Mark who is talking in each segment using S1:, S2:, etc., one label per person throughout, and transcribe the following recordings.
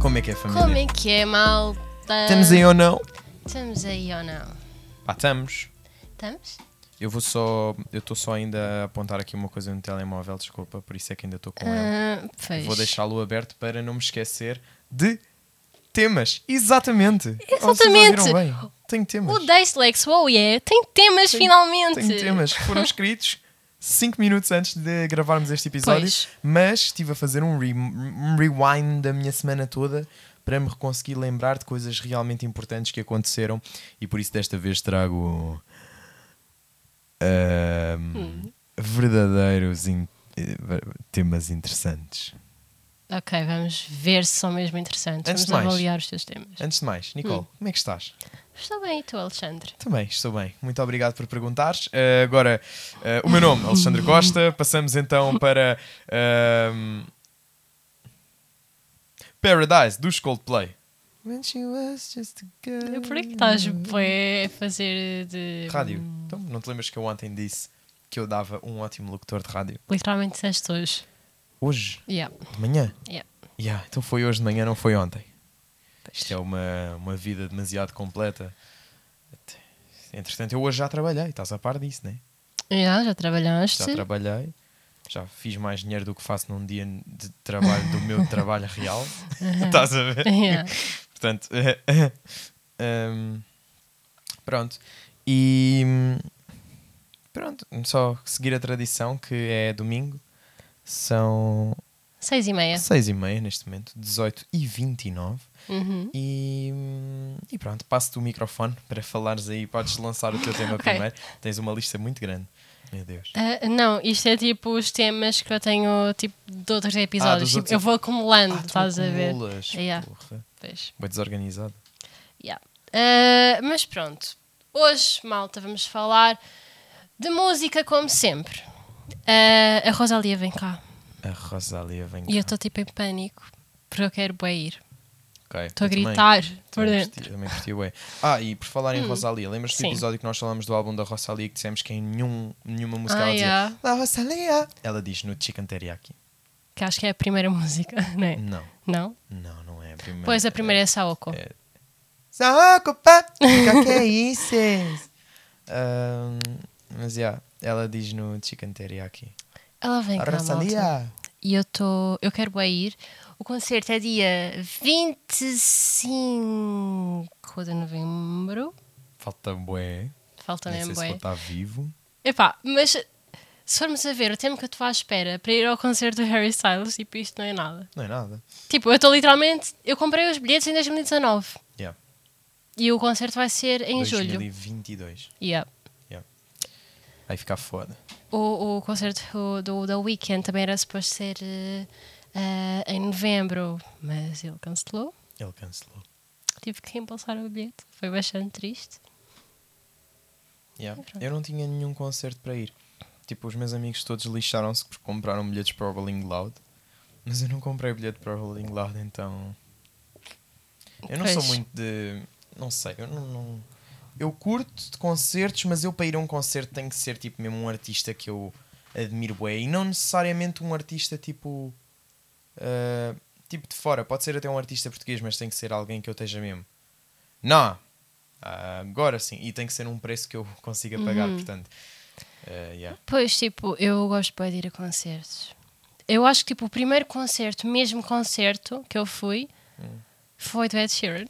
S1: Como é que é, família?
S2: Como é que é, malta?
S1: Estamos aí um- ou não?
S2: Estamos aí ou não?
S1: Pá, estamos.
S2: Estamos?
S1: Eu vou só. Eu estou só ainda a apontar aqui uma coisa no telemóvel, desculpa, por isso é que ainda estou com ele.
S2: Ah, pois.
S1: Vou deixá-lo aberto para não me esquecer de temas. Exatamente. Oh, vocês
S2: Exatamente.
S1: ouviram bem. Tenho temas.
S2: O Dyslex, wow, yeah, tem temas finalmente.
S1: Tenho temas que foram escritos 5 minutos antes de gravarmos este episódio,
S2: Pois.
S1: mas estive a fazer um, re- um rewind da minha semana toda para me conseguir lembrar de coisas realmente importantes que aconteceram e por isso desta vez trago ahm, verdadeiros in- eh, ver- temas interessantes.
S2: Ok, vamos ver se são mesmo interessantes.
S1: Antes de
S2: vamos
S1: mais.
S2: avaliar os teus temas.
S1: Antes de mais, Nicole, como é que estás?
S2: Está bem, e tu, Alexandre?
S1: Também, estou bem. Muito obrigado por perguntares. Eh, agora, eh, o meu nome, Alexandre Costa. Passamos então para ehm, Paradise, dos Coldplay. When she was just a girl.
S2: Por que tá. estás bué a fazer de.
S1: Rádio. Então, não te lembras que eu ontem disse que eu dava um ótimo locutor de rádio?
S2: Literalmente disseste hoje.
S1: Hoje,
S2: Yeah,
S1: de manhã.
S2: yeah.
S1: Yeah, então foi hoje de manhã, não foi ontem. Isto é uma, uma vida demasiado completa. Entretanto, eu hoje já trabalhei, estás a par disso, não é?
S2: Yeah, já trabalhaste.
S1: já trabalhei, já fiz mais dinheiro do que faço num dia de trabalho do meu trabalho real. Estás a ver?
S2: Yeah.
S1: Portanto, hum, pronto. E hum, pronto, só seguir a tradição que é domingo. São
S2: Seis e meia.
S1: seis e meia neste momento, 18 e 29
S2: Uhum.
S1: e, hum, e pronto, passo-te o microfone para falares aí, podes lançar o teu tema
S2: Ok.
S1: primeiro. Tens uma lista muito grande. Meu Deus.
S2: Ah, não, isto é tipo os temas que eu tenho tipo, de outros episódios.
S1: Ah, dos
S2: Tipo,
S1: outros
S2: Eu vou acumulando,
S1: Ah, tu
S2: estás a ver?
S1: acumulas,
S2: Yeah.
S1: porra.
S2: Pois.
S1: Bem desorganizado.
S2: Yeah. Ah, mas pronto, hoje, malta, vamos falar de música como sempre. Ah, a Rosalia vem cá
S1: A Rosália vem cá.
S2: e eu estou tipo em pânico porque eu quero bem ir.
S1: Ok,
S2: Estou a
S1: eu também-
S2: gritar por
S1: Também
S2: dentro. Hum.
S1: curti, também curti bué. Ah, e por falar em Rosalia, lembras-te do
S2: Sim.
S1: episódio que nós falamos do álbum da Rosalia que dissemos que em nenhum, nenhuma música
S2: Ah,
S1: ela dizia
S2: yeah.
S1: La Rosalia? Ela diz no Chicken Teriyaki.
S2: Que acho que é a primeira música, não é?
S1: Não,
S2: Não?
S1: não, não é a Hum. primeira.
S2: Pois a primeira é Saoko.
S1: É. Saco, pá! Fica que é isso? Ahm, mas já, ela diz no Chicken Teriyaki.
S2: Ela vem
S1: A
S2: cá. Malta.
S1: Rosalia!
S2: e eu estou. Eu quero bem ir. O concerto é dia 25 de novembro.
S1: Falta bué.
S2: Falta
S1: Não sei se
S2: mesmo
S1: vou
S2: bem.
S1: estar vivo.
S2: Epá, mas se formos a ver o tempo que eu estou à espera para ir ao concerto do Harry Styles, tipo, isto não é nada.
S1: Não é nada.
S2: Tipo, eu estou literalmente. Eu comprei os bilhetes em 2019
S1: Yeah.
S2: e o concerto vai ser em julho.
S1: 2022.
S2: Yeah.
S1: Vai ficar foda.
S2: O, o concerto do, do, do Weekend também era suposto ser eh, eh, em novembro, mas ele cancelou.
S1: Ele cancelou.
S2: Tive que reembolsar o bilhete. Foi bastante triste. É
S1: Yeah. Eu não tinha nenhum concerto para ir. Tipo, os meus amigos todos lixaram-se porque compraram bilhetes para o Rolling Loud. Mas eu não comprei bilhete para o Rolling Loud, então. Eu não sou
S2: Pois.
S1: muito de. Não sei, eu não, não- Eu curto de concertos, mas eu para ir a um concerto tenho que ser tipo mesmo um artista que eu admiro bem. E não necessariamente um artista tipo. ah, tipo de fora. Pode ser até um artista português, mas tem que ser alguém que eu esteja mesmo. Não! Ah, agora sim. E tem que ser um preço que eu consiga pagar, portanto. ah, yeah.
S2: Pois, tipo, eu gosto bem de ir a concertos. Eu acho que, tipo, o primeiro concerto, mesmo concerto que eu fui,
S1: Hum.
S2: foi do Ed Sheeran.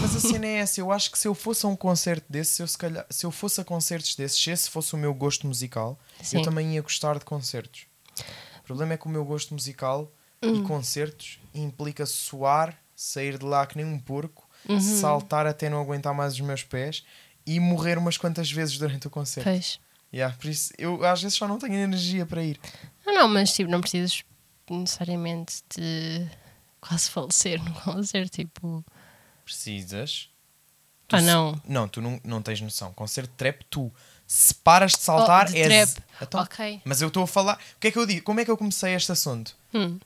S1: Mas a cena é essa, eu acho que se eu fosse a um concerto desse, eu se, calhar, se eu fosse a concertos desses, se esse fosse o meu gosto musical,
S2: Sim.
S1: eu também ia gostar de concertos. O problema é que o meu gosto musical e
S2: Hum.
S1: concertos implica suar, sair de lá que nem um porco,
S2: Uhum.
S1: saltar até não aguentar mais os meus pés e morrer umas quantas vezes durante o concerto.
S2: Pois.
S1: Yeah, por isso, eu às vezes só não tenho energia para ir.
S2: Não, não, mas, tipo, não precisas necessariamente de quase falecer no concerto, tipo...
S1: Precisas.
S2: Ah,
S1: se-
S2: não.
S1: Não, tu não, não tens noção. Concerto de trap, tu se paras de saltar,
S2: Oh, de
S1: é
S2: trap.
S1: z- Então,
S2: Ok.
S1: Mas eu estou a falar. O que é que eu digo? Como é que eu comecei este assunto?
S2: Hum.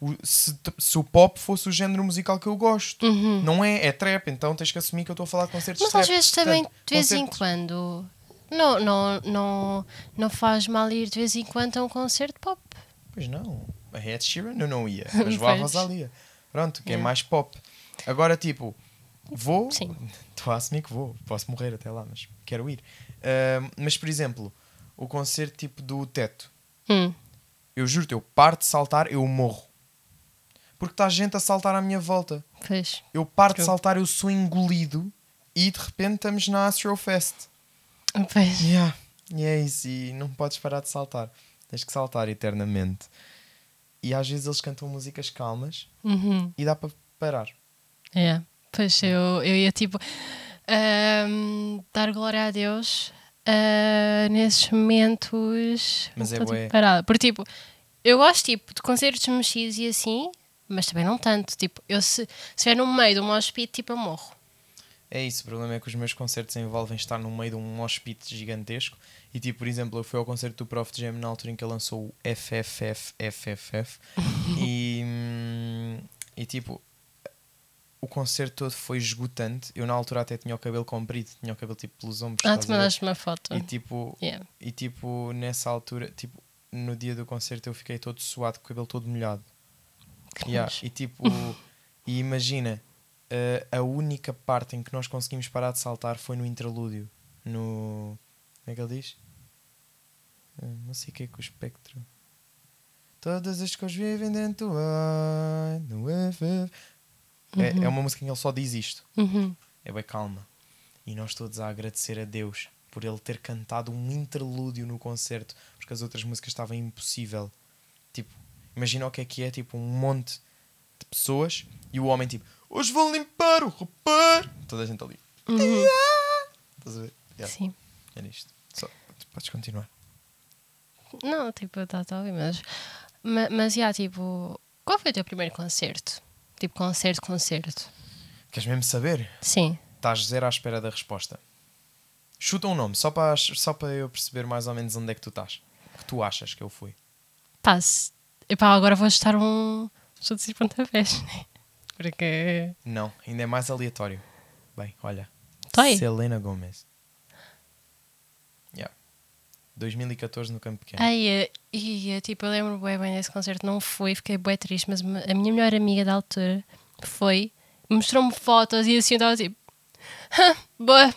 S1: O- se, t- se o pop fosse o género musical que eu gosto, não é? É trap, então tens que assumir que eu estou a falar de concertos
S2: Uhum.
S1: de
S2: Mas
S1: trap.
S2: às vezes também,
S1: Portanto,
S2: de vez em
S1: concertos-
S2: quando, Não, não, não, não faz mal ir de vez em quando a um concerto pop.
S1: Pois não. A Ed Sheeran eu não ia, mas vou à
S2: Pois.
S1: Rosalia. Pronto, que é
S2: Yeah.
S1: mais pop. Agora, tipo, vou.
S2: Sim.
S1: Estou a assumir que vou. Posso morrer até lá, mas quero ir. Ahm, mas, por exemplo, o concerto tipo do Teto.
S2: Hum.
S1: Eu juro-te, eu parto de saltar, eu morro. Porque está gente a saltar à minha volta.
S2: Pois.
S1: Eu parto de
S2: True.
S1: saltar, eu sou engolido e de repente estamos na Astrofest.
S2: Pois.
S1: Yeah. E é isso, e não podes parar de saltar. Tens que saltar eternamente. E às vezes eles cantam músicas calmas
S2: Uhum.
S1: e dá para parar.
S2: É. Pois eu, eu ia tipo ahm, dar glória a Deus ah, nesses momentos.
S1: Mas é
S2: Estou,
S1: bué.
S2: tipo, parada. Porque tipo, eu gosto tipo de concertos mexidos e assim, mas também não tanto. Tipo, eu se se estiver no meio de um hospício, tipo, eu morro.
S1: É isso, o problema é que os meus concertos envolvem estar no meio de um hospite gigantesco. E tipo, por exemplo, eu fui ao concerto do Prof. Jam na altura em que ele lançou o FFFFFF. e, hum, e tipo, o concerto todo foi esgotante. Eu na altura até tinha o cabelo comprido, tinha o cabelo tipo pelos ombros.
S2: Ah,
S1: estás
S2: tu
S1: a ver?
S2: mandaste uma foto.
S1: E tipo,
S2: Yeah.
S1: e tipo, nessa altura, tipo, no dia do concerto eu fiquei todo suado, com o cabelo todo molhado.
S2: Que
S1: Yeah,
S2: nojo.
S1: e tipo, e imagina, eh, a única parte em que nós conseguimos parar de saltar foi no interlúdio. No. Como é que ele diz? Eh, Não sei o que é que o espectro. Todas as cores vivem dentro do ar, no FF. É, é uma música em que ele só diz isto.
S2: Uhum.
S1: É bem calma. E nós todos a agradecer a Deus por ele ter cantado um interlúdio no concerto, porque as outras músicas estavam impossível. Tipo, imagina o que é que é, tipo, um monte de pessoas e o homem tipo, hoje vou limpar o roupeiro. Toda a gente ali.
S2: Uhum.
S1: Estás a ver? Yeah,
S2: Sim.
S1: era isto. Só, podes continuar.
S2: Não, tipo, tá, tá a ouvir, mas. ma- Mas, já, tipo. Qual foi o teu primeiro concerto? Tipo, concerto, concerto.
S1: Queres mesmo saber?
S2: Sim.
S1: Estás zero à espera da resposta. Chuta um nome, só para só para eu perceber mais ou menos onde é que tu estás. Que tu achas que eu fui.
S2: Pá, se- epá, agora vou estar um. Estou a dizer pontapés, né? Porque.
S1: Não, ainda é mais aleatório. Bem, olha.
S2: Tá aí.
S1: Selena Gomez. Yeah. 2014 no Campo Pequeno.
S2: Ai, eh, e eh, tipo, eu lembro bem, bem desse concerto, não fui, fiquei bem triste, mas me- a minha melhor amiga da altura foi, mostrou-me fotos e assim eu estava tipo. "Hã, boa!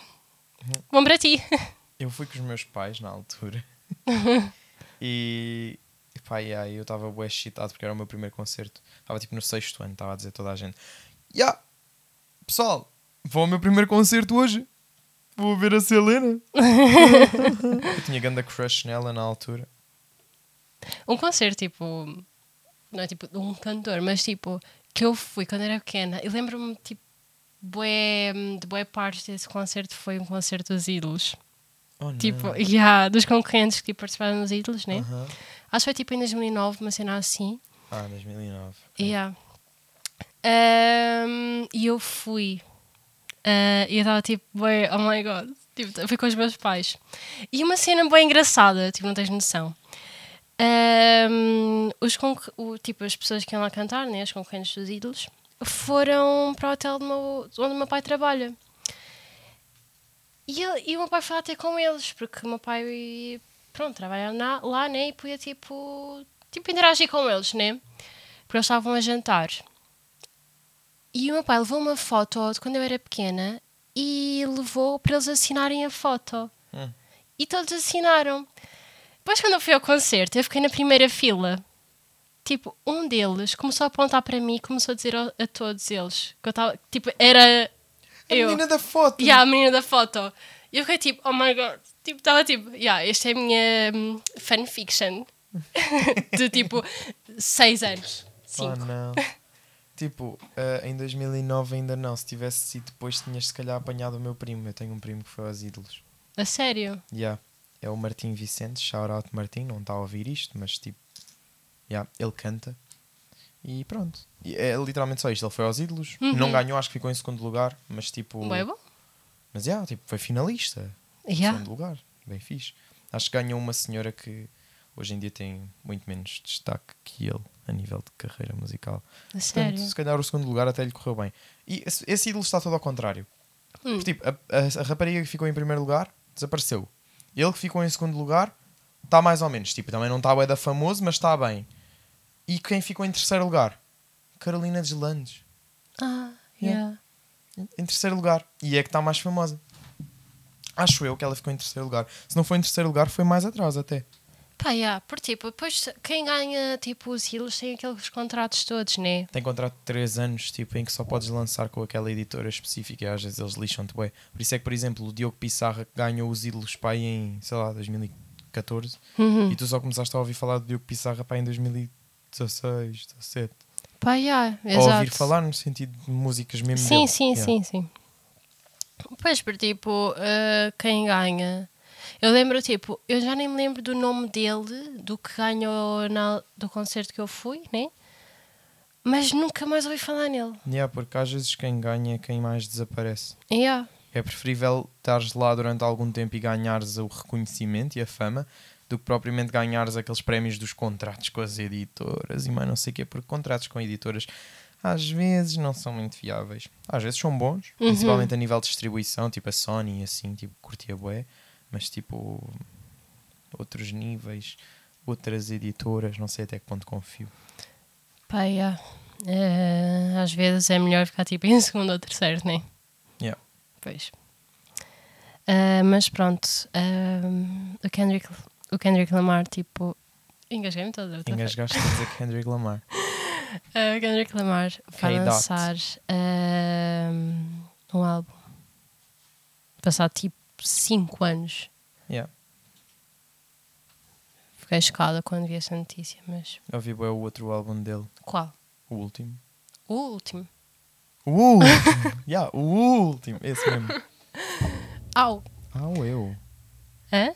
S2: Bom para ti!
S1: Eu fui com os meus pais na altura. e. Pá, yeah, eu estava bué excitado porque era o meu primeiro concerto. Estava tipo no sexto ano, estava a dizer a toda a gente: Yeah, pessoal, vou ao meu primeiro concerto hoje. Vou ver a Selena. eu tinha ganda crush nela na altura.
S2: um concerto, tipo, não é tipo de um cantor, mas tipo, que eu fui quando era pequena. E lembro-me, tipo, bué, de boa parte desse concerto foi um concerto dos ídolos.
S1: Oh, não.
S2: Tipo, yeah, dos concorrentes que tipo, participaram nos ídolos, né?
S1: Aham.
S2: Acho que foi tipo em 2009, uma cena assim.
S1: Ah, 2009.
S2: Yeah. Ahm, e eu fui. Ah, e eu estava tipo, bué, oh my god. Tipo, fui com os meus pais. E uma cena bem engraçada, tipo, não tens noção. Ahm, os concor- o, tipo, as pessoas que iam lá cantar, né, os concorrentes dos ídolos, foram para o hotel do meu- onde o meu pai trabalha. E, ele, e o meu pai foi lá ter com eles, porque o meu pai, pronto, trabalhava na- lá, né, e podia, tipo, tipo, interagir com eles, né? porque eles estavam a jantar. E o meu pai levou uma foto de quando eu era pequena e levou para eles assinarem a foto.
S1: Hum.
S2: E todos assinaram. Depois, quando eu fui ao concerto, eu fiquei na primeira fila. Tipo, um deles começou a apontar para mim e começou a dizer ao- a todos eles que eu estava. Tipo, era.
S1: A
S2: eu.
S1: menina da foto! Ah,
S2: E a menina da foto. E eu fiquei tipo, oh my god. Tipo, estava tipo, yeah, esta é a minha hum, fanfiction. de tipo, 6 anos.
S1: Ah,
S2: 5.
S1: não. tipo, eh, em 2009 ainda não. Se tivesse sido depois, tinhas se calhar apanhado o meu primo. Eu tenho um primo que foi aos ídolos.
S2: a sério?
S1: Yeah. É o Martim Vicente. Shout out Martim. Não está a ouvir isto, mas tipo, yeah, ele canta. E pronto. E é literalmente só isto. Ele foi aos ídolos.
S2: Uhum.
S1: Não ganhou, acho que ficou em segundo lugar. Mas tipo.
S2: Bem é bom.
S1: Mas yeah, tipo, foi finalista.
S2: Yeah.
S1: Segundo lugar. Bem fixe. Acho que ganhou uma senhora que hoje em dia tem muito menos destaque que ele a nível de carreira musical.
S2: A
S1: Portanto,
S2: sério.
S1: se calhar o segundo lugar até lhe correu bem. E esse, esse ídolo está todo ao contrário.
S2: Hum.
S1: Porque, tipo, a, a- a rapariga que ficou em primeiro lugar desapareceu. Ele que ficou em segundo lugar está mais ou menos. Tipo, também não está o da famoso, mas está bem. E quem ficou em terceiro lugar? Carolina Deslandes.
S2: Ah,
S1: Yeah.
S2: yeah.
S1: Em terceiro lugar. E é que está mais famosa. Acho eu que ela ficou em terceiro lugar. Se não foi em terceiro lugar, foi mais atrás até.
S2: Pá, yeah, porque tipo, depois quem ganha tipo os hilos tem aqueles contratos todos, né?
S1: Tem contrato de 3 anos, tipo, em que só podes lançar com aquela editora específica e às vezes eles lixam-te bem. Por isso é que, por exemplo, o Diogo Pissarra que ganhou os ídolos pai em, sei lá, 2014
S2: Hum.
S1: e tu só começaste a ouvir falar do Diogo Pissarra pai em 2016, 17.
S2: Pá, yeah,
S1: Ou
S2: exato.
S1: ouvir falar no sentido de músicas mesmo.
S2: Sim,
S1: dele.
S2: sim,
S1: Yeah.
S2: sim, sim. Pois, por tipo, eh, quem ganha? Eu lembro, tipo, eu já nem me lembro do nome dele, do que ganhou na, do concerto que eu fui, né? Mas nunca mais ouvi falar nele.
S1: Yeah, porque às vezes quem ganha é quem mais desaparece.
S2: Yeah.
S1: É preferível estares lá durante algum tempo e ganhares o reconhecimento e a fama do que propriamente ganhares aqueles prémios dos contratos com as editoras e mais não sei o quê, porque contratos com editoras às vezes não são muito fiáveis. Às vezes são bons, principalmente a nível de distribuição, tipo a Sony e assim, tipo, curtia bué, mas tipo outros níveis, outras editoras, não sei até que ponto confio.
S2: Pá, yeah. Eh, às vezes é melhor ficar tipo em segundo ou terceiro, né?
S1: Yeah.
S2: Pois. Ah, mas pronto, ahm, o, Kendrick, o Kendrick Lamar, tipo. Engasguei-me toda. what the fuck?
S1: Engasgaste a dizer é Kendrick Lamar.
S2: Ah, o Kendrick Lamar vai
S1: K-Dot.
S2: lançar ahm, um álbum. Passado tipo 5 anos.
S1: Yeah.
S2: Fiquei chocada quando vi essa notícia, mas
S1: Eu vi bué o outro álbum dele,
S2: qual?
S1: o último.
S2: O último.
S1: O último. yeah, o último. Esse mesmo.
S2: Au!
S1: Au eu.
S2: Hã?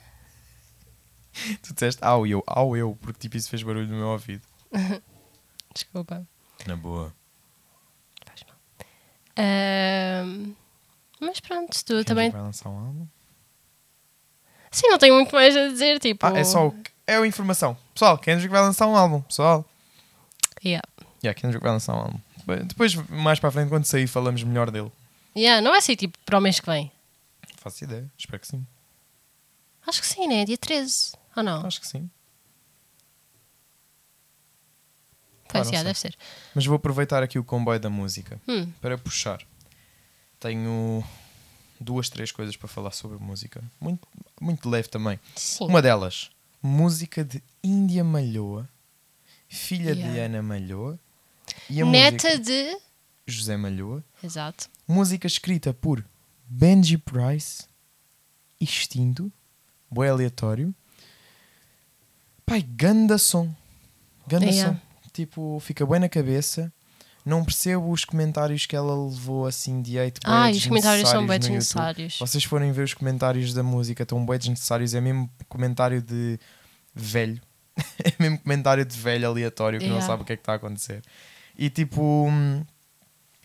S1: Tu disseste au eu, au eu, porque tipo isso fez barulho no meu ouvido.
S2: Desculpa.
S1: Na boa.
S2: Faz mal. Ahm, mas pronto, tu também.
S1: Vai lançar um álbum?
S2: Sim, não tenho muito mais a dizer. Tipo,
S1: Ah, é só o que- É a informação. Pessoal, Kendrick vai lançar um álbum. Pessoal.
S2: Yeah.
S1: Yeah, Kendrick vai lançar um álbum. Bem, Depois, mais para a frente, quando sair, falamos melhor dele.
S2: Yeah, não vai ser tipo para o mês que vem.
S1: Não Faço ideia. Espero que sim.
S2: Acho que sim, né? Dia 13. Ou não?
S1: Acho que sim.
S2: pois
S1: claro,
S2: yeah,
S1: não
S2: deve ser.
S1: Mas vou aproveitar aqui o comboio da música
S2: Hum,
S1: para puxar. Tenho duas, três coisas para falar sobre música. Muito, muito leve também.
S2: sim.
S1: Uma delas, música de Índia Malhoa, filha de
S2: Yeah.
S1: Ana Malhoa e a
S2: Neta
S1: música
S2: de.
S1: José Malhoa,
S2: Exato.
S1: música escrita por Benji Price, extinto, bué aleatório. Pai, ganda som. Ganda
S2: Yeah.
S1: som. Tipo, fica bem na cabeça. Não percebo os comentários que ela levou assim de hate bué
S2: Ah, e os comentários são bem
S1: desnecessários no YouTube
S2: desnecessários.
S1: vocês forem ver os comentários da música, estão bem desnecessários. É mesmo comentário de velho. é mesmo comentário de velho aleatório que não
S2: Yeah.
S1: sabe o que é que está a acontecer. E tipo, hum,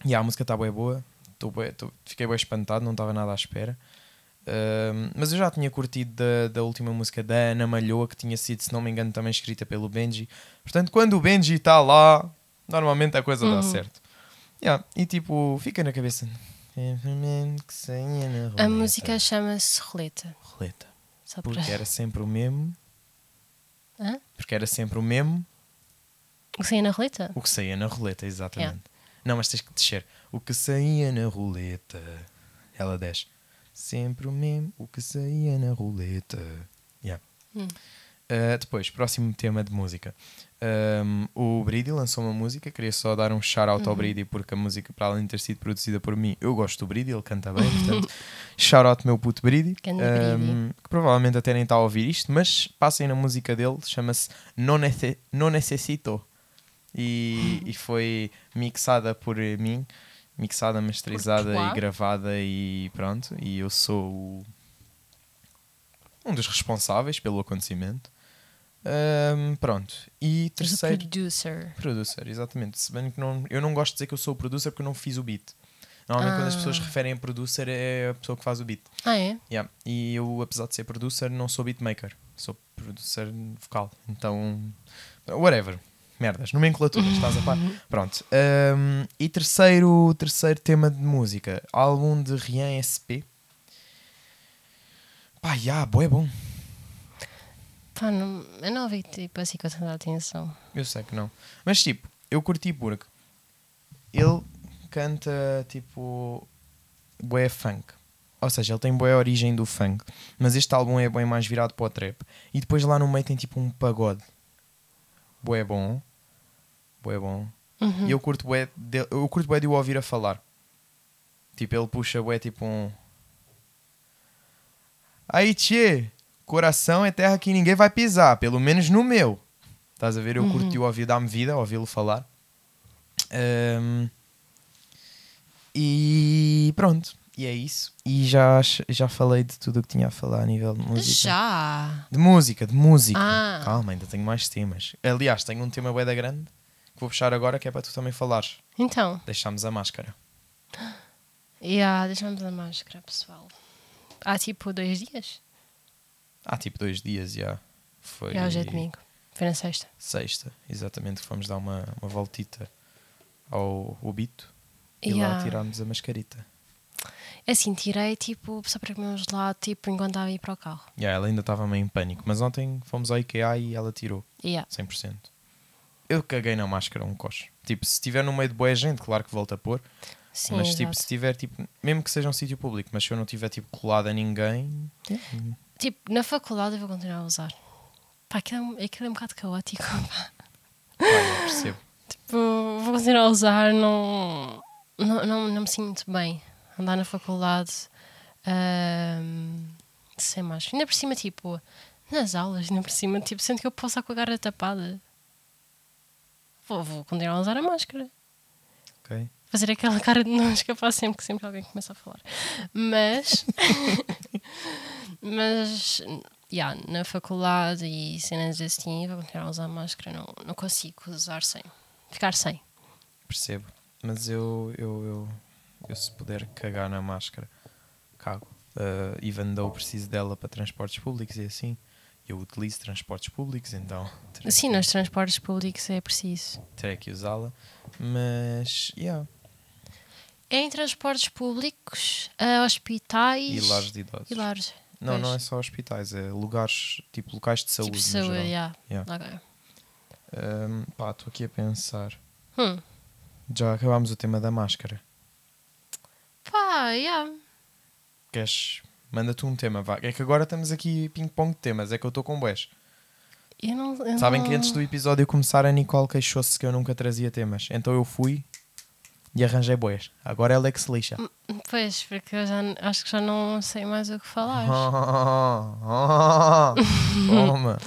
S1: yeah, a música está bem boa. Tô bué- tô- fiquei bem espantado, não estava nada à espera. Hum, mas eu já tinha curtido da, da última música da Ana Malhoa, que tinha sido, se não me engano, também escrita pelo Benji. Portanto, quando o Benji está lá, normalmente a coisa dá certo. Yeah, e tipo, fica na cabeça. Que saía na
S2: A
S1: roleta.
S2: música é chama-se Roleta.
S1: Roleta.
S2: Só para.
S1: é. Porque era sempre o mesmo.
S2: Hã?
S1: Porque era sempre o mesmo
S2: O que saía na roleta?
S1: o que saía na roleta, exatamente. Não, mas tens que descer. O que saía na roleta. Ela desce. Sempre o mesmo o que saía na roleta. Yeah.
S2: Hum.
S1: Uh, depois, próximo tema de música. Um, o Bridi lançou uma música. Queria só dar um shout-out
S2: Uhum.
S1: ao Bridi, porque a música, para além de ter sido produzida por mim, eu gosto do Bridi, ele canta bem. Portanto, shout-out meu puto Bridi,
S2: Grande
S1: um, que provavelmente até nem está a ouvir isto, mas passem na música dele, chama-se Non, Nece- Non Necessito. E, e foi mixada por eh, mim, mixada, masterizada
S2: Por
S1: e
S2: toi.
S1: gravada, e pronto. E eu sou o um dos responsáveis pelo acontecimento. Ahm, pronto. E
S2: És o
S1: terceiro,
S2: é producer.
S1: producer, exatamente. Se bem que não, eu não gosto de dizer que eu sou o producer porque eu não fiz o beat. Normalmente, quando as
S2: Ah.
S1: pessoas referem a producer, é a pessoa que faz o beat.
S2: Ah, é?
S1: Yeah. E eu, apesar de ser producer, não sou beatmaker. Sou producer vocal. Então, whatever. Merdas, nomenclatura, estás a par. Pronto. Ahm, e terceiro, terceiro tema de música: álbum de Rien SP. Pá, já, boé bom.
S2: Pá, não, eu não vi tipo assim com tanta atenção.
S1: Eu sei que não. Mas tipo, eu curti porque ele canta tipo boé funk. Ou seja, ele tem boé origem do funk. Mas este álbum é bem mais virado para o trap. E depois lá no meio tem tipo um pagode. Boé bom. Boé bom.
S2: Uhum.
S1: E eu curto bué de, eu curto bué de o ouvir a falar. Tipo, ele puxa bué tipo um. Aí, tchê, coração é terra que ninguém vai pisar, pelo menos no meu. Estás a ver? Eu curto de o ouvir, dá-me vida ouvi-lo falar. Ahm, e pronto. E é isso. E já, ach- já falei de tudo o que tinha a falar a nível de música.
S2: Já!
S1: De música, de música.
S2: Ah.
S1: Calma, ainda tenho mais temas. Aliás, tenho um tema bué da grande que vou puxar agora que é para tu também falares.
S2: Então,
S1: Deixámos a máscara.
S2: já deixamos a máscara, pessoal. Há tipo dois dias?
S1: Há tipo dois dias já. Foi
S2: Já hoje é domingo. Foi na sexta.
S1: sexta, exatamente. Fomos dar uma, uma voltita ao Obito e lá
S2: Yeah.
S1: tirámos a mascarita.
S2: É Assim, tirei tipo só para comer um gelado, tipo enquanto estava a ir para o carro.
S1: Yeah, ela ainda estava meio em pânico, mas ontem fomos ao IKEA e ela tirou
S2: Yeah.
S1: 100%. Eu caguei na máscara, um coche. Tipo, se estiver no meio de boa gente, claro que volta a pôr.
S2: Sim,
S1: mas
S2: exato.
S1: tipo, se tiver tipo, mesmo que seja um sítio público, mas se eu não tiver tipo colado a ninguém,
S2: Tipo, na faculdade eu vou continuar a usar. Pá, aquilo é, um- aquilo é um bocado caótico. pá.
S1: pá, eu percebo.
S2: Tipo, vou continuar a usar, não, não, não, não me sinto bem. Andar na faculdade ahm, sem máscara. Ainda por cima, tipo, nas aulas, ainda por cima, tipo, sendo que eu posso estar com a cara tapada. Vou, vou continuar a usar a máscara.
S1: Ok.
S2: fazer aquela cara de não escapar sempre que sempre alguém começa a falar. Mas, mas, yeah, na faculdade e cenas assim, vou continuar a usar máscara, não, não consigo usar sem. Ficar sem.
S1: Percebo. Mas eu, eu, eu, eu se puder cagar na máscara, cago. Uh, even though preciso dela para transportes públicos e assim, eu utilizo transportes públicos, então terei,
S2: Sim, nos transportes públicos é preciso.
S1: terei que usá-la. Mas, yeah.
S2: Em transportes públicos, a hospitais
S1: E lares de idosos.
S2: e lares.
S1: não, não é
S2: pois.
S1: só hospitais, é lugares, tipo locais de saúde.
S2: Tipo
S1: no
S2: saúde,
S1: geral.
S2: yeah.
S1: Yeah.
S2: Lá-
S1: Um, pá, estou aqui a pensar.
S2: Hum.
S1: Já acabámos o tema da máscara.
S2: Pá, yeah.
S1: Queres? Manda-te um tema, vá. É que agora estamos aqui ping-pong de temas, é que eu estou com boés.
S2: Eu não, eu
S1: Sabem
S2: não...
S1: que antes do episódio começar, a Nicole queixou-se que eu nunca trazia temas. Então eu fui e arranjei boés. Agora ela é que se lixa.
S2: Pois, porque eu já acho que já não sei mais o que falar.
S1: Ah, toma,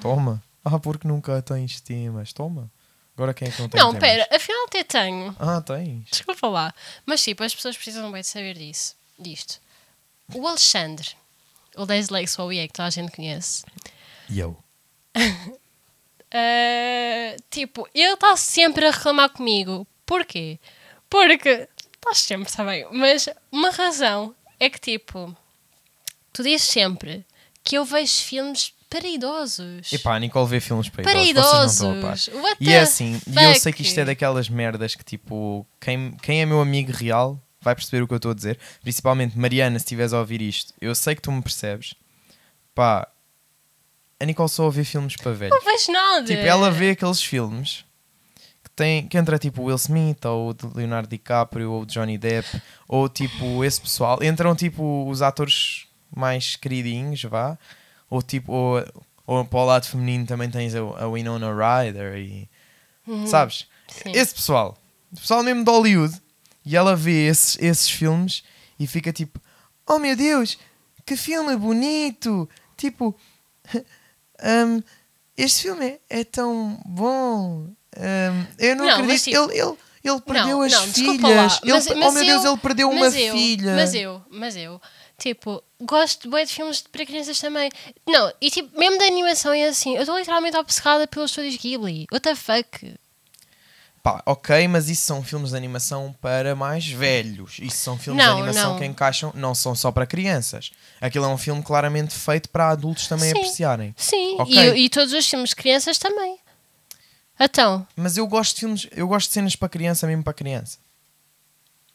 S1: toma. Ah, porque nunca tens temas. Toma. Agora quem é que não tem
S2: Não,
S1: temas?
S2: pera, afinal até tenho.
S1: Ah, tens.
S2: Desculpa lá. Mas tipo, as pessoas precisam bem de saber disso, disto. O Alexandre, o 10 Legs Huawei, que toda a gente conhece,
S1: E eu?
S2: ah, tipo, ele está sempre a reclamar comigo. Porquê? Porque, estás sempre, está bem, mas uma razão é que tipo, tu dizes sempre que eu vejo filmes para idosos.
S1: Epá, a Nicole vê filmes para,
S2: Para
S1: idosos. Vocês não
S2: idosos.
S1: estão a par.
S2: What
S1: E
S2: the
S1: é assim, e eu
S2: fuck?
S1: sei que isto é daquelas merdas que tipo, quem, quem é meu amigo real vai perceber o que eu estou a dizer. Principalmente Mariana, se estiveres a ouvir isto, eu sei que tu me percebes. Pá, a Nicole só vê filmes para velhos.
S2: Não vejo nada.
S1: Tipo, ela vê aqueles filmes que, tem, que entra tipo o Will Smith ou o de Leonardo DiCaprio ou o Johnny Depp ou tipo esse pessoal. Entram tipo os atores mais queridinhos, vá. Ou tipo, ou, ou para o lado feminino também tens a, a Winona Ryder e. Sabes?
S2: Uhum. Sim.
S1: Esse pessoal, o pessoal mesmo de Hollywood, e ela vê esses, esses filmes e fica tipo: Oh meu Deus, que filme bonito! Tipo, hum, este filme é, é tão bom. Hum, eu não,
S2: Não,
S1: acredito.
S2: mas tipo-
S1: ele, ele, ele perdeu as
S2: desculpa lá,
S1: filhas. Ele, per- oh meu Deus,
S2: eu-
S1: ele perdeu uma
S2: mas eu-
S1: filha.
S2: Mas eu, mas eu, tipo, gosto bem de filmes para crianças também. Não, e tipo, mesmo da animação é assim, eu estou literalmente obcecada pelos estúdios Ghibli. What the fuck?
S1: Pá, ok, mas isso são filmes de animação para mais velhos. Isso são filmes
S2: Não,
S1: de animação
S2: não.
S1: que encaixam, não são só para crianças. Aquilo é um filme claramente feito para adultos também
S2: Sim.
S1: apreciarem.
S2: Sim,
S1: Ok.
S2: e, e todos os filmes de crianças também. Então,
S1: Mas eu gosto de filmes, eu gosto de cenas para criança mesmo para criança.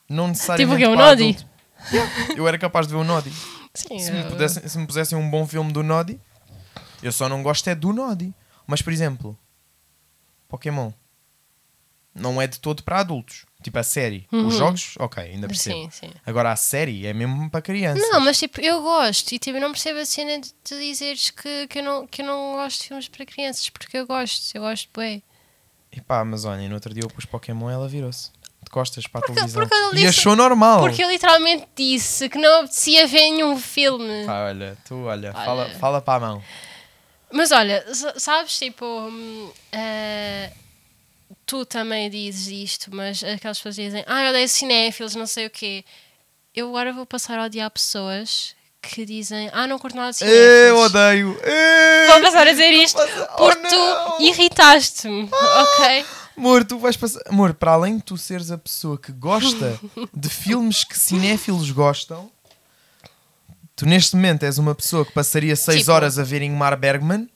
S1: Não necessariamente.
S2: Tipo o quê? O
S1: para
S2: Nodi?
S1: adulto. Yeah, Eu era capaz de ver o Nodi.
S2: Sim,
S1: Se me,
S2: eu-
S1: pudessem, se me pusessem um bom filme do Nodi, eu só não gosto é do Nodi. Mas, por exemplo, Pokémon não é de todo para adultos. Tipo, a série.
S2: Uhum.
S1: Os jogos, ok, ainda percebo.
S2: Sim, sim.
S1: Agora, a série é mesmo para criança.
S2: Não, mas tipo, eu gosto e tipo, eu não percebo a cena de, de dizeres que, que, eu não, que eu não gosto de filmes para crianças, porque eu gosto, eu gosto bem.
S1: E pá, mas olha, no outro dia eu pus Pokémon e ela virou-se. De costas para a
S2: Porque-
S1: televisão.
S2: porque ele
S1: e
S2: disse-
S1: achou normal.
S2: Porque eu literalmente disse que não apetecia ver nenhum filme.
S1: Pá, olha, tu olha, Fala, fala para a mão.
S2: Mas olha, s- sabes, tipo, hum, eh, tu também dizes isto, mas aquelas pessoas dizem, ah, eu odeio cinéfilos, não sei o quê. Eu agora vou passar a odiar pessoas que dizem, ah, não curto nada de
S1: Eu
S2: cinéfilos.
S1: odeio. Eh,
S2: Vou passar a dizer isto
S1: passa- Oh,
S2: porque
S1: não. Ah.
S2: tu irritaste-me, ok?
S1: Amor, tu vais passar. Amor, para além de tu seres a pessoa que gosta de filmes que cinéfilos gostam, tu neste momento és uma pessoa que passaria 6
S2: Tipo-
S1: horas a ver Ingmar Bergman.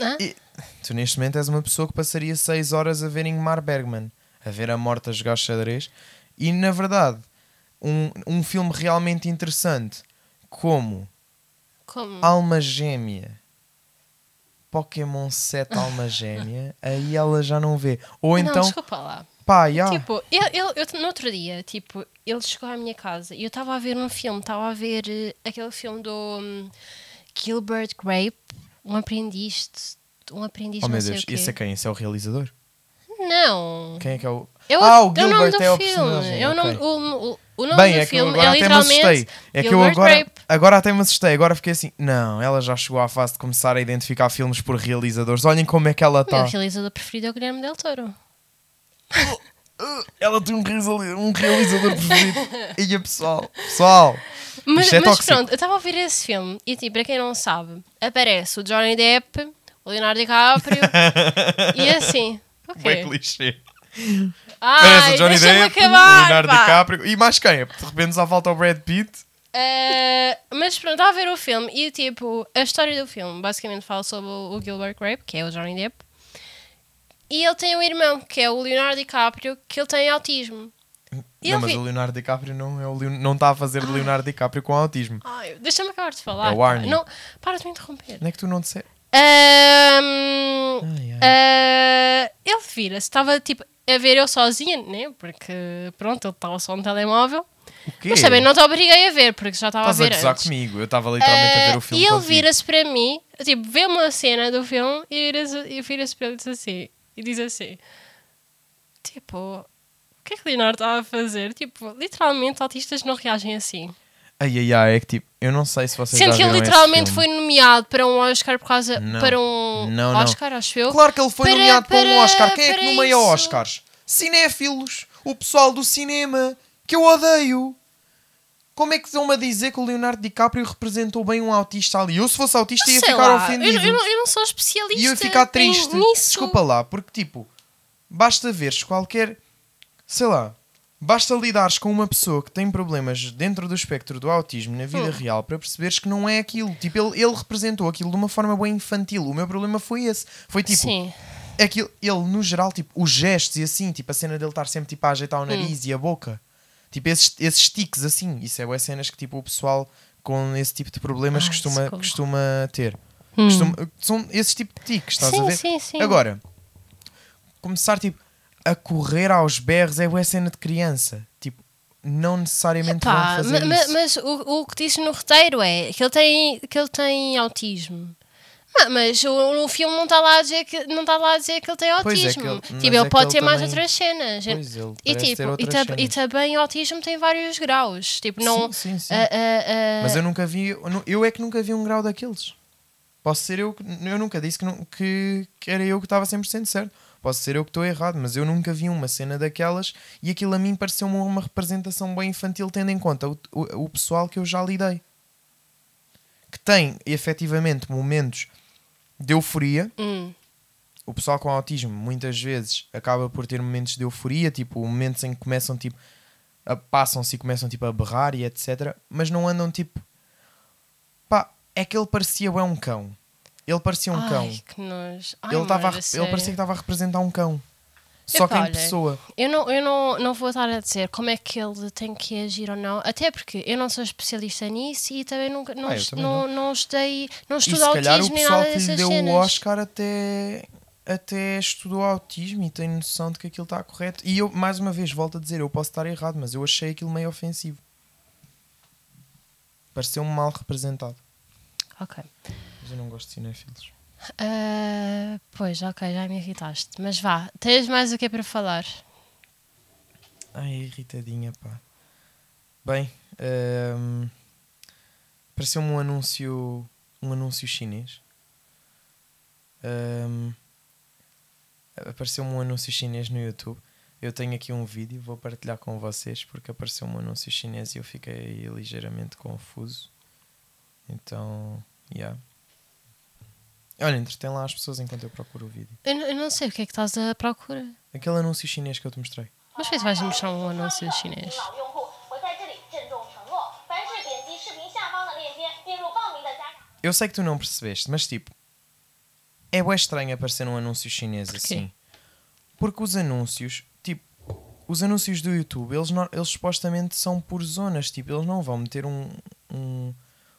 S2: Hã?
S1: E- Tu neste momento és uma pessoa que passaria 6 horas a ver Ingmar Bergman, a ver a morte a jogar xadrez. E na verdade, um, um filme realmente interessante como
S2: Como?
S1: Alma Gêmea. Pokémon 7 Alma Gêmea. aí ela já não vê. Ou
S2: Não,
S1: então,
S2: desculpa lá.
S1: pá, já.
S2: Tipo, eu, eu, eu- no outro dia, tipo, ele chegou à minha casa e eu estava a ver um filme, estava a ver eh, aquele filme do hum, Gilbert Grape, um aprendiz, de- um aprendiz
S1: oh
S2: não
S1: meu
S2: sei
S1: Deus,
S2: o quê. Uhum.
S1: esse é quem? Esse é o realizador?
S2: Não.
S1: Quem é que é o.
S2: Eu,
S1: ah, o
S2: é
S1: Gilbert
S2: nome do
S1: é o
S2: filme.
S1: personagem.
S2: É o nome,
S1: ok.
S2: o, o, o nome
S1: Bem,
S2: do
S1: é que eu
S2: filme
S1: agora
S2: é
S1: até me assustei.
S2: literalmente
S1: É que eu
S2: Gilbert
S1: agora,
S2: Grape.
S1: agora até me assustei. Agora fiquei assim, não, ela já chegou à fase de começar a identificar filmes por realizadores. Olhem como é que ela
S2: O
S1: está.
S2: meu realizador preferido é o Guilherme Del Toro.
S1: Ela tem um, realizador- um realizador preferido. e a pessoal, pessoal,
S2: Mas,
S1: Isto é
S2: mas
S1: tóxico.
S2: pronto, eu estava a ouvir esse filme e, tipo, para quem não sabe, aparece o Johnny Depp, o Leonardo DiCaprio e assim.
S1: bem
S2: ok
S1: clichê. Parece
S2: Ai,
S1: o Johnny
S2: deixa-me
S1: Depp, o
S2: acabar,
S1: Leonardo
S2: pá.
S1: DiCaprio e mais quem? De repente só falta o Brad Pitt.
S2: Eh, mas pronto, estava a ver o filme e tipo, a história do filme basicamente fala sobre o o Gilbert Grape, que é o Johnny Depp, e ele tem um irmão, que é o Leonardo DiCaprio, que ele tem autismo. E
S1: não,
S2: eu
S1: mas
S2: vi-
S1: o Leonardo DiCaprio não, é o Leon- não está a fazer de Leonardo DiCaprio com autismo.
S2: Ai, deixa-me acabar de falar.
S1: É o
S2: pá.
S1: Arnie.
S2: Não, para de me interromper.
S1: Não é que tu não disseste?
S2: Ahm,
S1: Ai, ai.
S2: ah, ele vira-se, estava tipo a ver eu sozinha, né? Porque pronto, ele estava só no telemóvel.
S1: O quê?
S2: Mas também não te obriguei a ver, porque já estava a
S1: Estás a
S2: ver
S1: gozar
S2: antes.
S1: comigo. Eu estava literalmente a ver o
S2: Ah,
S1: filme.
S2: E ele
S1: todo dia.
S2: vira-se para mim, tipo, vê uma cena do filme e vira-se e vira-se para ele e diz assim, e diz assim: Tipo, o que é que Leonardo está a fazer? Tipo, literalmente autistas não reagem assim.
S1: Ai, ai, ai, é que tipo, eu não sei se vocês já
S2: Sendo que ele
S1: viram esse
S2: literalmente
S1: filme.
S2: foi nomeado para um Oscar por causa.
S1: Não.
S2: Para um
S1: Não, não.
S2: Oscar, acho eu.
S1: Claro que ele foi
S2: Para-
S1: nomeado para, um
S2: para-
S1: Oscar. Quem é que
S2: para
S1: nomeia
S2: isso.
S1: Oscars? Cinéfilos. O pessoal do cinema. Que eu odeio. Como é que estão-me a dizer que o Leonardo DiCaprio representou bem um autista ali? Eu, se fosse autista, ia
S2: Sei
S1: ficar
S2: lá,
S1: ofendido.
S2: Eu, eu não, eu não sou especialista.
S1: e eu ia ficar
S2: em-
S1: triste.
S2: Nisso.
S1: Desculpa lá, porque tipo, basta veres qualquer, sei lá, basta lidares com uma pessoa que tem problemas dentro do espectro do autismo na vida
S2: Hum.
S1: real para perceberes que não é aquilo. Tipo, ele, ele representou aquilo de uma forma bem infantil. O meu problema foi esse. Foi tipo,
S2: Sim.
S1: aquilo, ele no geral, tipo, os gestos e assim, tipo, a cena dele estar sempre tipo, a
S2: Hum.
S1: ajeitar o nariz e a boca, tipo, esses, esses tiques assim, isso é bué cenas que tipo, o pessoal com esse tipo de problemas
S2: Ai,
S1: costuma,
S2: socorro.
S1: costuma ter.
S2: Hum.
S1: Costuma- são esses tipo de tiques, estás
S2: Sim,
S1: a ver?
S2: sim, sim.
S1: Agora, começar tipo, a correr aos berros é bué cena de criança, tipo, não necessariamente
S2: Pá,
S1: vão fazer
S2: ma- ma-
S1: isso.
S2: mas o, o que diz no roteiro é que ele tem, que ele tem autismo. Ah, mas o, o filme não está lá a dizer que não está lá a dizer que ele tem
S1: Pois é,
S2: autismo.
S1: que ele- mas
S2: tipo,
S1: é
S2: ele
S1: que
S2: pode
S1: ele
S2: ter mais
S1: também-
S2: outras cenas.
S1: Pois, ele
S2: e
S1: parece ter
S2: tipo, e,
S1: outras
S2: tab-
S1: cenas.
S2: e também o autismo tem vários graus. Tipo, não.
S1: Sim, sim, sim.
S2: ah, ah, ah,
S1: Mas eu nunca vi, eu nu- eu é que nunca vi um grau daqueles. Posso ser eu que. Eu nunca disse que, nu- que, que era eu que estava 100% certo. Posso ser eu que estou errado, mas eu nunca vi uma cena daquelas e aquilo a mim pareceu-me uma representação bem infantil, tendo em conta o, o, o pessoal que eu já lidei. Que tem efetivamente momentos de euforia,
S2: hum,
S1: o pessoal com autismo muitas vezes acaba por ter momentos de euforia, tipo momentos em que começam tipo a- passam-se e começam tipo a berrar e etc, mas não andam tipo pá, é que ele parecia bué um cão. Ele parecia um
S2: ai,
S1: cão.
S2: que nojo. Ai,
S1: Ele, tava a
S2: amor,
S1: rep-
S2: a
S1: ele parecia que
S2: sério.
S1: estava a representar um cão. Só que em
S2: olha,
S1: pessoa.
S2: Eu, não, eu não, não vou estar a dizer como é que ele tem que agir ou não, até porque eu não sou especialista nisso e também nunca não,
S1: Ah, eu
S2: est-
S1: também
S2: não, não estudei, não
S1: E
S2: estudo
S1: se calhar o
S2: autismo nem
S1: pessoal
S2: nada
S1: que lhe
S2: dessas
S1: deu
S2: cenas.
S1: o Oscar até, até estudou autismo e tem noção de que aquilo está correto. E eu, mais uma vez, volto a dizer, eu posso estar errado, mas eu achei aquilo meio ofensivo. Pareceu-me mal representado.
S2: Ok.
S1: Mas eu não gosto de cinéfilos.
S2: Ah, pois, ok, já me irritaste. Mas vá, tens mais o que é para falar?
S1: Ai, irritadinha, pá. Bem, hum, pareceu-me um anúncio, um anúncio chinês. Hum, apareceu-me um anúncio chinês no YouTube. Eu tenho aqui um vídeo, vou partilhar com vocês porque apareceu um anúncio chinês e eu fiquei ligeiramente confuso. Então, yeah. Olha, entretém lá as pessoas enquanto eu procuro o vídeo.
S2: Eu, n- eu não sei o que é que estás à procura.
S1: Aquele anúncio chinês que eu te mostrei.
S2: Mas fez vais mostrar um anúncio chinês.
S3: 老用户，我在这里郑重承诺，凡是点击视频下方的链接进入报名的家长。
S1: Eu sei que tu não percebeste, mas tipo, é bem estranho aparecer um anúncio chinês assim. Porque os anúncios, tipo, os anúncios do YouTube, eles, no- eles supostamente são por zonas, tipo, eles não vão meter um, um,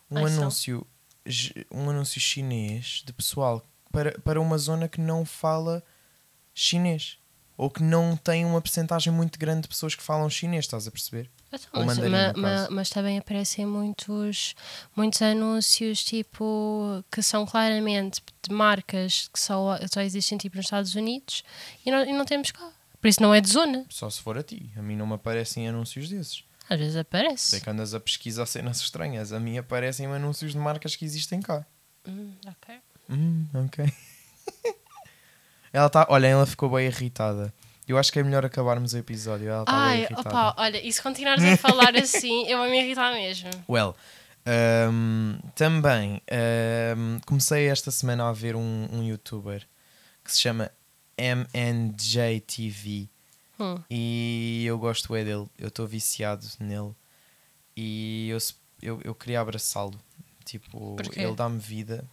S1: um
S2: Ai, são.
S1: anúncio j- um anúncio chinês de pessoal para, para uma zona que não fala chinês. Ou que não tem uma percentagem muito grande de pessoas que falam chinês, estás a perceber?
S2: Então,
S1: Ou
S2: mas,
S1: mandarim,
S2: ma-
S1: no
S2: ma-
S1: caso.
S2: mas também aparecem muitos, muitos anúncios tipo que são claramente de marcas que só, só existem tipo nos Estados Unidos e não, e não temos cá. Por isso não é de zona.
S1: Só se for a ti. A mim não me aparecem anúncios desses.
S2: Às vezes
S1: Sei
S2: aparece.
S1: que andas a pesquisar cenas estranhas. A mim aparecem anúncios de marcas que existem cá.
S2: Hum, ok.
S1: Hum, ok. ela está. Olha, ela ficou bem irritada. Eu acho que é melhor acabarmos o episódio. Ela está bem
S2: Ai,
S1: irritada.
S2: opa, olha, e se continuares a falar assim, eu vou me irritar mesmo.
S1: Well, hum, também hum, comecei esta semana a ver um, um youtuber que se chama MNJTV.
S2: Hum.
S1: E eu gosto é dele, eu estou viciado nele. E eu, se- eu, eu queria abraçá-lo. Tipo,
S2: Porquê?
S1: ele dá-me vida.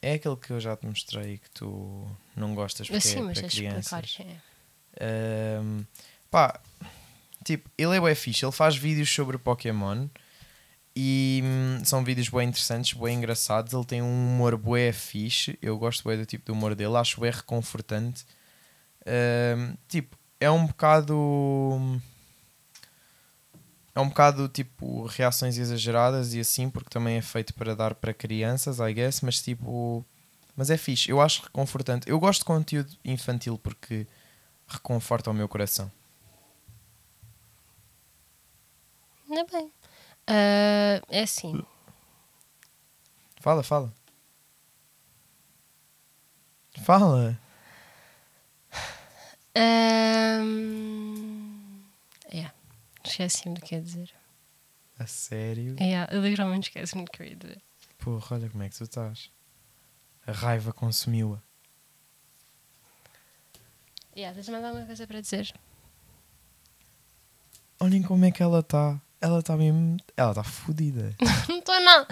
S1: É aquele que eu já te mostrei que tu não gostas porque
S2: Assim,
S1: é
S2: mas
S1: para
S2: deixa eu explicar
S1: crianças.
S2: quem é.
S1: Um, pá, tipo, ele é bem fixe. Ele faz vídeos sobre Pokémon e hum, são vídeos bem interessantes, bem engraçados. Ele tem um humor bué fixe. Eu gosto bem do tipo de humor dele, acho bem reconfortante. Um, tipo, é um bocado. hum, É um bocado tipo reações exageradas e assim, porque também é feito para dar para crianças, I guess, mas tipo. Mas é fixe, eu acho reconfortante. Eu gosto de conteúdo infantil porque reconforta o meu coração.
S2: Ainda bem. Ah, é assim.
S1: Fala, fala. Fala.
S2: Ahm, yeah. Esqueci-me do que ia dizer.
S1: A sério?
S2: Yeah, eu literalmente esqueci-me do que eu ia dizer.
S1: Porra, olha como é que tu estás. A raiva consumiu-a.
S2: Yeah, tens mais alguma coisa para dizer?
S1: Olhem como é que ela está. Ela está mesmo. Ela está fodida.
S2: Não estou nada.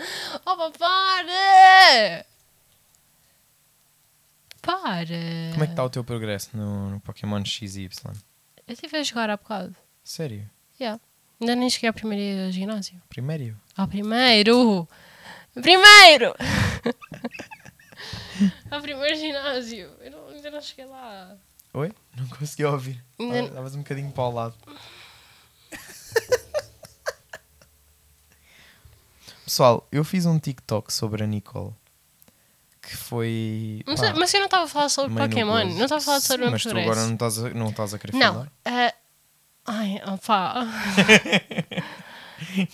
S2: Opa, para! Para!
S1: Como é que está o teu progresso no, no Pokémon XY?
S2: Eu estive a jogar há bocado.
S1: Sério?
S2: Yeah. Ainda nem cheguei ao primeiro ginásio.
S1: Primeiro?
S2: Ao primeiro! Primeiro! ao primeiro ginásio! Eu não- ainda não cheguei lá.
S1: Oi? Não consegui ouvir.
S2: Ainda-
S1: Ah, Estavas um bocadinho para o lado. Pessoal, eu fiz um TikTok sobre a Nicole. Que foi.
S2: Mas,
S1: pá,
S2: mas eu não estava a falar sobre
S1: meio no
S2: Pokémon,
S1: gozo.
S2: não estava a falar
S1: Sim,
S2: sobre o meu
S1: Mas tu
S2: progresso.
S1: agora não estás a, não estás a querer
S2: Não.
S1: falar.
S2: ah, ai, opá.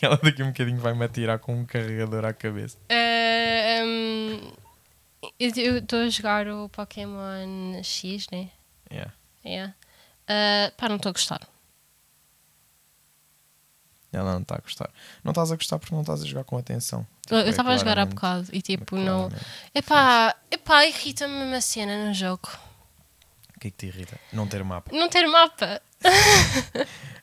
S1: Ela daqui a um bocadinho vai-me atirar com um carregador à cabeça.
S2: Ah, hum, eu eu estou a jogar o Pokémon X, né?
S1: Yeah.
S2: Yeah. Ah, pá, não estou a gostar.
S1: Ela não está a gostar. Não estás a gostar porque não estás a jogar com atenção. Tipo,
S2: Eu
S1: é
S2: estava a jogar há
S1: claramente-
S2: bocado e tipo,
S1: é
S2: não.
S1: claramente.
S2: Epá, epá irrita-me mesmo a cena no jogo.
S1: O que é que te irrita? Não ter mapa.
S2: Não ter mapa.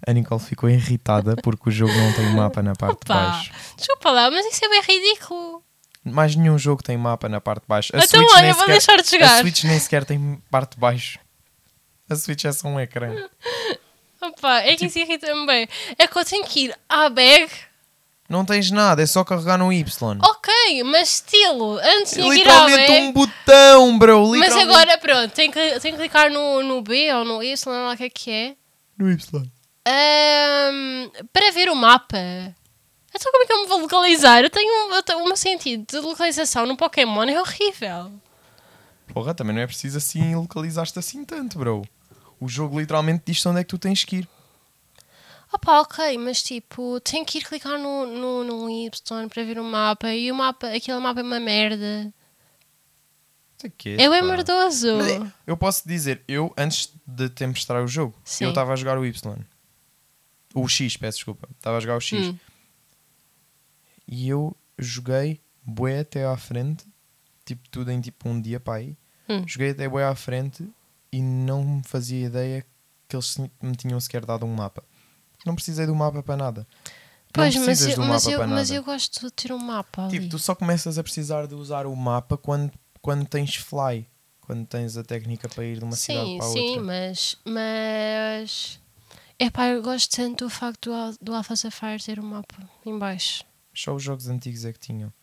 S1: A Nicole ficou irritada porque o jogo não tem mapa na parte de
S2: Pá,
S1: baixo.
S2: desculpa lá, mas isso é bem ridículo.
S1: Mais nenhum jogo tem mapa na parte de baixo. A
S2: Então,
S1: Switch
S2: olha,
S1: nem
S2: vou
S1: sequer-
S2: deixar de jogar.
S1: A Switch nem sequer tem parte de baixo. A Switch é só um ecrã.
S2: Opa,
S1: Tipo-
S2: é que isso irrita-me bem. É que eu tenho que ir à bag.
S1: Não tens nada, é só carregar no Y.
S2: Oh, Ok, mas estilo, antes tinha que ir à
S1: Literalmente
S2: bag.
S1: um botão, bro.
S2: é? Mas
S1: literalmente.
S2: agora pronto, tenho que, tenho que clicar no, no B ou no Y, não lá o que é que é.
S1: No Y.
S2: Ahm, para ver o mapa. Então como é que eu me vou localizar? Eu tenho um, eu tenho um sentido de localização no Pokémon, é horrível.
S1: Porra, também não é preciso assim localizar-te assim tanto, bro. O jogo literalmente diz-te onde é que tu tens que ir.
S2: Opa, ok, mas tipo, tenho que ir clicar no, no, no Y para ver o mapa e o mapa, aquele mapa é uma merda.
S1: Isso é que
S2: É bem
S1: pá.
S2: merdoso.
S1: Mas é- Eu posso dizer, eu antes de te mostrar o jogo,
S2: Sim.
S1: eu estava a jogar o Y. O X, peço desculpa. Estava a jogar o X.
S2: Hum.
S1: E eu joguei bué até à frente, tipo tudo em tipo um dia pai.
S2: Hum.
S1: Joguei até bué à frente e não me fazia ideia que eles se- me tinham sequer dado um mapa. Não precisei do mapa para nada.
S2: Pois,
S1: não
S2: mas
S1: precisas
S2: eu,
S1: do
S2: mas,
S1: mapa
S2: eu,
S1: para
S2: mas
S1: nada.
S2: eu gosto de ter um mapa ali.
S1: Tipo, tu só começas a precisar de usar o mapa quando, quando tens fly, quando tens a técnica para ir de uma cidade
S2: sim,
S1: para a
S2: sim,
S1: outra.
S2: mas. Mas. Epá, eu gosto tanto do facto do, Al- do Alpha Sapphire ter um mapa em baixo.
S1: Só os jogos antigos é que tinham.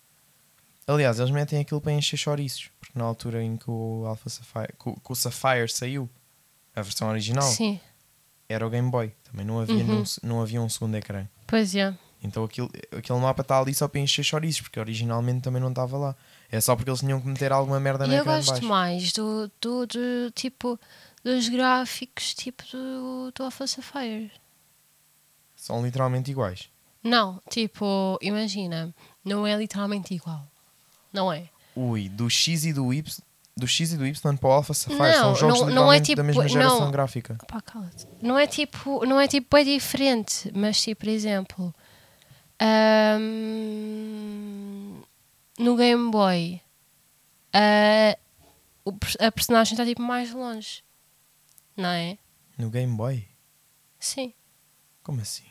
S1: Aliás, eles metem aquilo para encher chouriços, porque na altura em que o Alpha Sapphire, que, o- que o Sapphire saiu, a versão original,
S2: Sim,
S1: era o Game Boy. Também não havia,
S2: Uhum.
S1: num se- não havia um segundo ecrã.
S2: pois é.
S1: Então aquilo, aquele mapa está ali só para encher chouriços, porque originalmente também não estava lá. É só porque eles tinham que meter alguma merda
S2: E
S1: na
S2: eu
S1: ecrã de
S2: gosto
S1: baixo.
S2: mais do, do, do tipo. Dos gráficos tipo do, do Alpha Sapphire.
S1: São literalmente iguais.
S2: Não, tipo, imagina, não é literalmente igual. Não é?
S1: Ui, do X e do Y, do X e do Y para o Alpha Sapphire
S2: Não,
S1: são jogos
S2: não- não é
S1: literalmente
S2: tipo-
S1: da mesma
S2: não.
S1: geração gráfica.
S2: Pá, cala-te. Não é tipo, não é tipo bem diferente, mas tipo, por exemplo, ahm, hum, no Game Boy, ah, o per- a personagem está tipo mais longe, não é?
S1: No Game Boy?
S2: Sim.
S1: Como assim?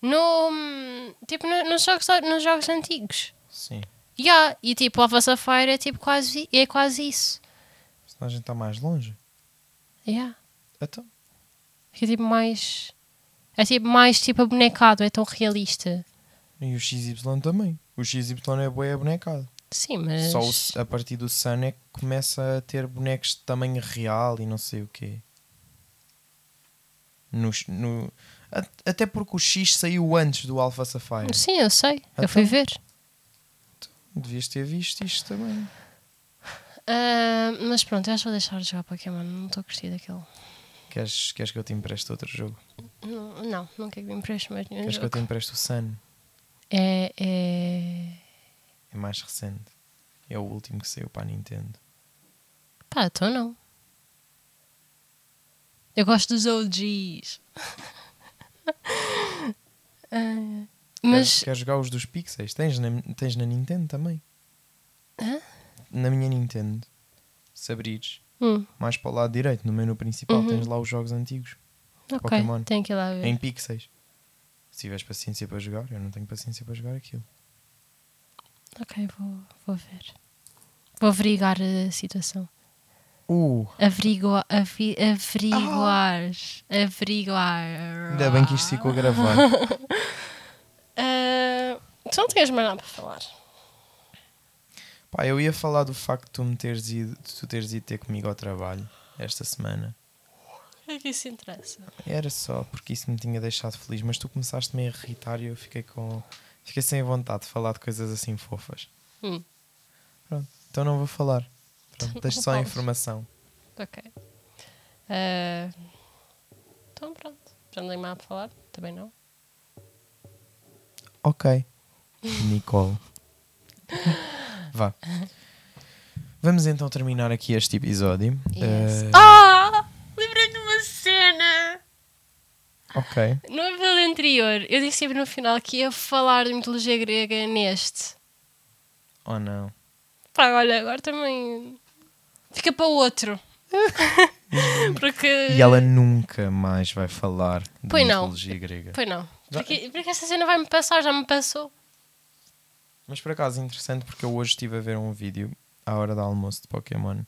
S2: No, tipo, no- nos, jogos, nos jogos antigos.
S1: Sim.
S2: Yeah. E tipo, Alpha Sapphire é tipo quase, é quase isso.
S1: Senão a gente está mais longe.
S2: Yeah.
S1: Então,
S2: Fica tipo mais. É tipo mais tipo abonecado, é tão realista.
S1: e o XY também. O XY é boa bonecado.
S2: Sim, mas.
S1: Só o s- a partir do Sun é que começa a ter bonecos de tamanho real e não sei o quê. Nos- no- a- até porque o X saiu antes do Alpha Sapphire.
S2: Sim, eu sei. Eu fui
S1: Então?
S2: ver.
S1: Devias ter visto isto também.
S2: Ah, mas pronto, eu acho que vou deixar de jogar Pokémon. Não estou a curtir daquele.
S1: Queres, queres que eu te empreste outro jogo?
S2: Não, não, não quero que me empreste mais nenhum
S1: Queres que eu
S2: jogo.
S1: te empreste o Sun?
S2: É, é.
S1: É mais recente. É o último que saiu para a Nintendo.
S2: Pá, então não. Eu gosto dos OGs. Ah,
S1: Mas...
S2: mas.
S1: Queres, queres jogar os dos Pixels? Tens na, tens na Nintendo também.
S2: Hã?
S1: Na minha Nintendo. Se abrires
S2: Hum,
S1: mais para o lado direito, no menu principal,
S2: Uhum.
S1: tens lá os jogos antigos.
S2: ok,
S1: Pokémon.
S2: tenho que ir lá ver.
S1: Em pixels. Se tiveres paciência para jogar, eu não tenho paciência para jogar aquilo.
S2: Ok, vou, vou ver. Vou averiguar a situação.
S1: Uh,
S2: Averigua, avi, averiguar.
S1: Ah!
S2: Averiguar.
S1: ainda bem que isto ficou gravado.
S2: Ah, tu não tinhas mais nada para falar.
S1: Pá, eu ia falar do facto de tu me teres ido, de tu teres ido ter comigo ao trabalho esta semana.
S2: O que é que isso interessa?
S1: Era só porque isso me tinha deixado feliz, mas tu começaste -me a irritar e eu fiquei com. Fiquei sem vontade de falar de coisas assim fofas.
S2: Hum. Então
S1: Pronto, então não vou falar. Pronto, deixo só a
S2: falas.
S1: informação.
S2: Ok. Ah, então pronto. Já não tenho mais nada para falar? Também não.
S1: Ok. Nicole. Vá. Vamos então terminar aqui este episódio.
S2: Yes.
S1: Eh,
S2: Ah! Lembrei-me de uma cena!
S1: ok.
S2: No episódio anterior, eu disse sempre no final que ia falar de mitologia grega neste.
S1: Oh não.
S2: Pá, olha, agora também. Fica para o outro. Porque.
S1: E ela nunca mais vai falar de
S2: Pois não.
S1: mitologia grega.
S2: Pois não.
S1: Já-
S2: Porque, porque essa cena vai-me passar, já me passou.
S1: Mas por acaso é interessante porque eu hoje estive a ver um vídeo à hora do almoço de Pokémon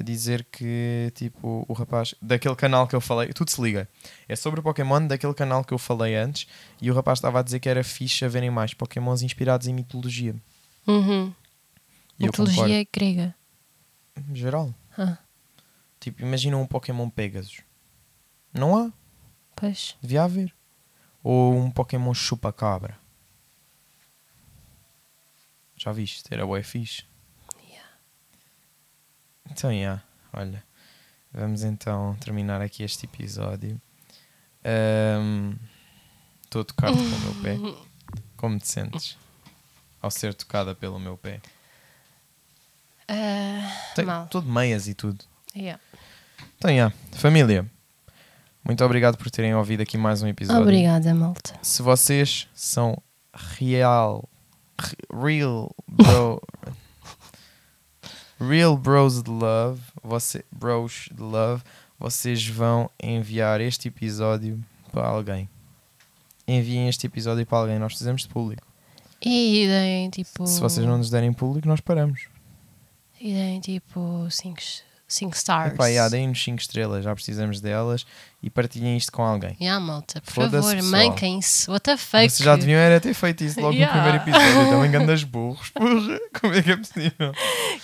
S1: a dizer que, tipo, o rapaz daquele canal que eu falei, tudo se liga. É sobre o Pokémon daquele canal que eu falei antes e o rapaz estava a dizer que era fixe verem mais Pokémons inspirados em mitologia.
S2: Uhum.
S1: E eu concordo.
S2: Mitologia grega.
S1: Em geral.
S2: Ah,
S1: Tipo, imagina um Pokémon Pegasus. Não há,
S2: pois.
S1: devia haver. Ou um Pokémon Chupacabra. Já viste? Era bué fixe.
S2: Yeah.
S1: Então, yeah, olha, vamos então terminar aqui este episódio. Estou a tocar-te com o meu pé. Como te sentes ao ser tocada pelo meu pé?
S2: Ah, Mal.
S1: Estou de meias e tudo.
S2: yeah.
S1: Então, yeah, família, muito obrigado por terem ouvido aqui mais um episódio.
S2: Obrigada, malta.
S1: Se vocês são real, re- real bro, real bros de love, você, bros de love, vocês vão enviar este episódio para alguém. Enviem este episódio para alguém, nós fizemos de público.
S2: E deem tipo.
S1: Se vocês não nos derem público, nós paramos.
S2: E deem tipo 5 stars.
S1: Epá, yeah, deem-nos 5 estrelas, já precisamos delas e partilhem isto com alguém.
S2: Yeah, malta, por
S1: Foda-se,
S2: favor,
S1: pessoal.
S2: manquem-se. What the fuck?
S1: Vocês já deviam era ter feito isso logo
S2: Yeah.
S1: no primeiro episódio. Também gandas burros. Porra, como é que é possível?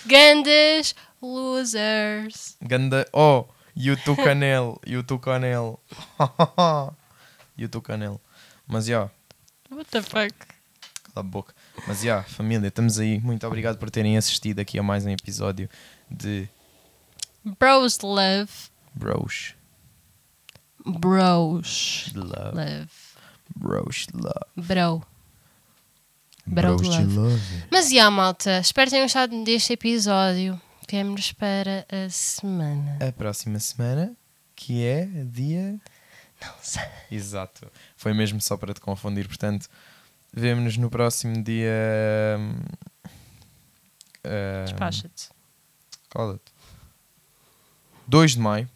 S2: Gandas losers.
S1: Ganda. Oh, e o Tucanel. E o Tucanel. e o Tucanel. Mas já,
S2: What the fuck?
S1: cala a boca. Mas já, família, estamos aí. Muito obrigado por terem assistido aqui a mais um episódio de
S2: Bros love.
S1: Bros
S2: Bros
S1: de Love.
S2: love.
S1: Bros de Love.
S2: Bro. Bro
S1: Bros de
S2: love.
S1: Love.
S2: Mas já, malta, espero que tenham gostado deste episódio. Vemo-nos para a semana.
S1: A próxima semana, que é dia.
S2: Não sei.
S1: Exato. Foi mesmo só para te confundir. Portanto, vemo-nos no próximo dia. hum, hum,
S2: Despacha-te.
S1: Qual a data? 2 de maio.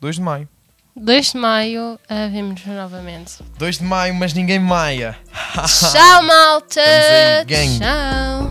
S1: 2 de maio.
S2: 2 de maio, uh, vemo-nos novamente.
S1: 2 de maio, mas ninguém maia.
S2: Tchau, malta!
S1: Estamos aí, gang.
S2: Tchau!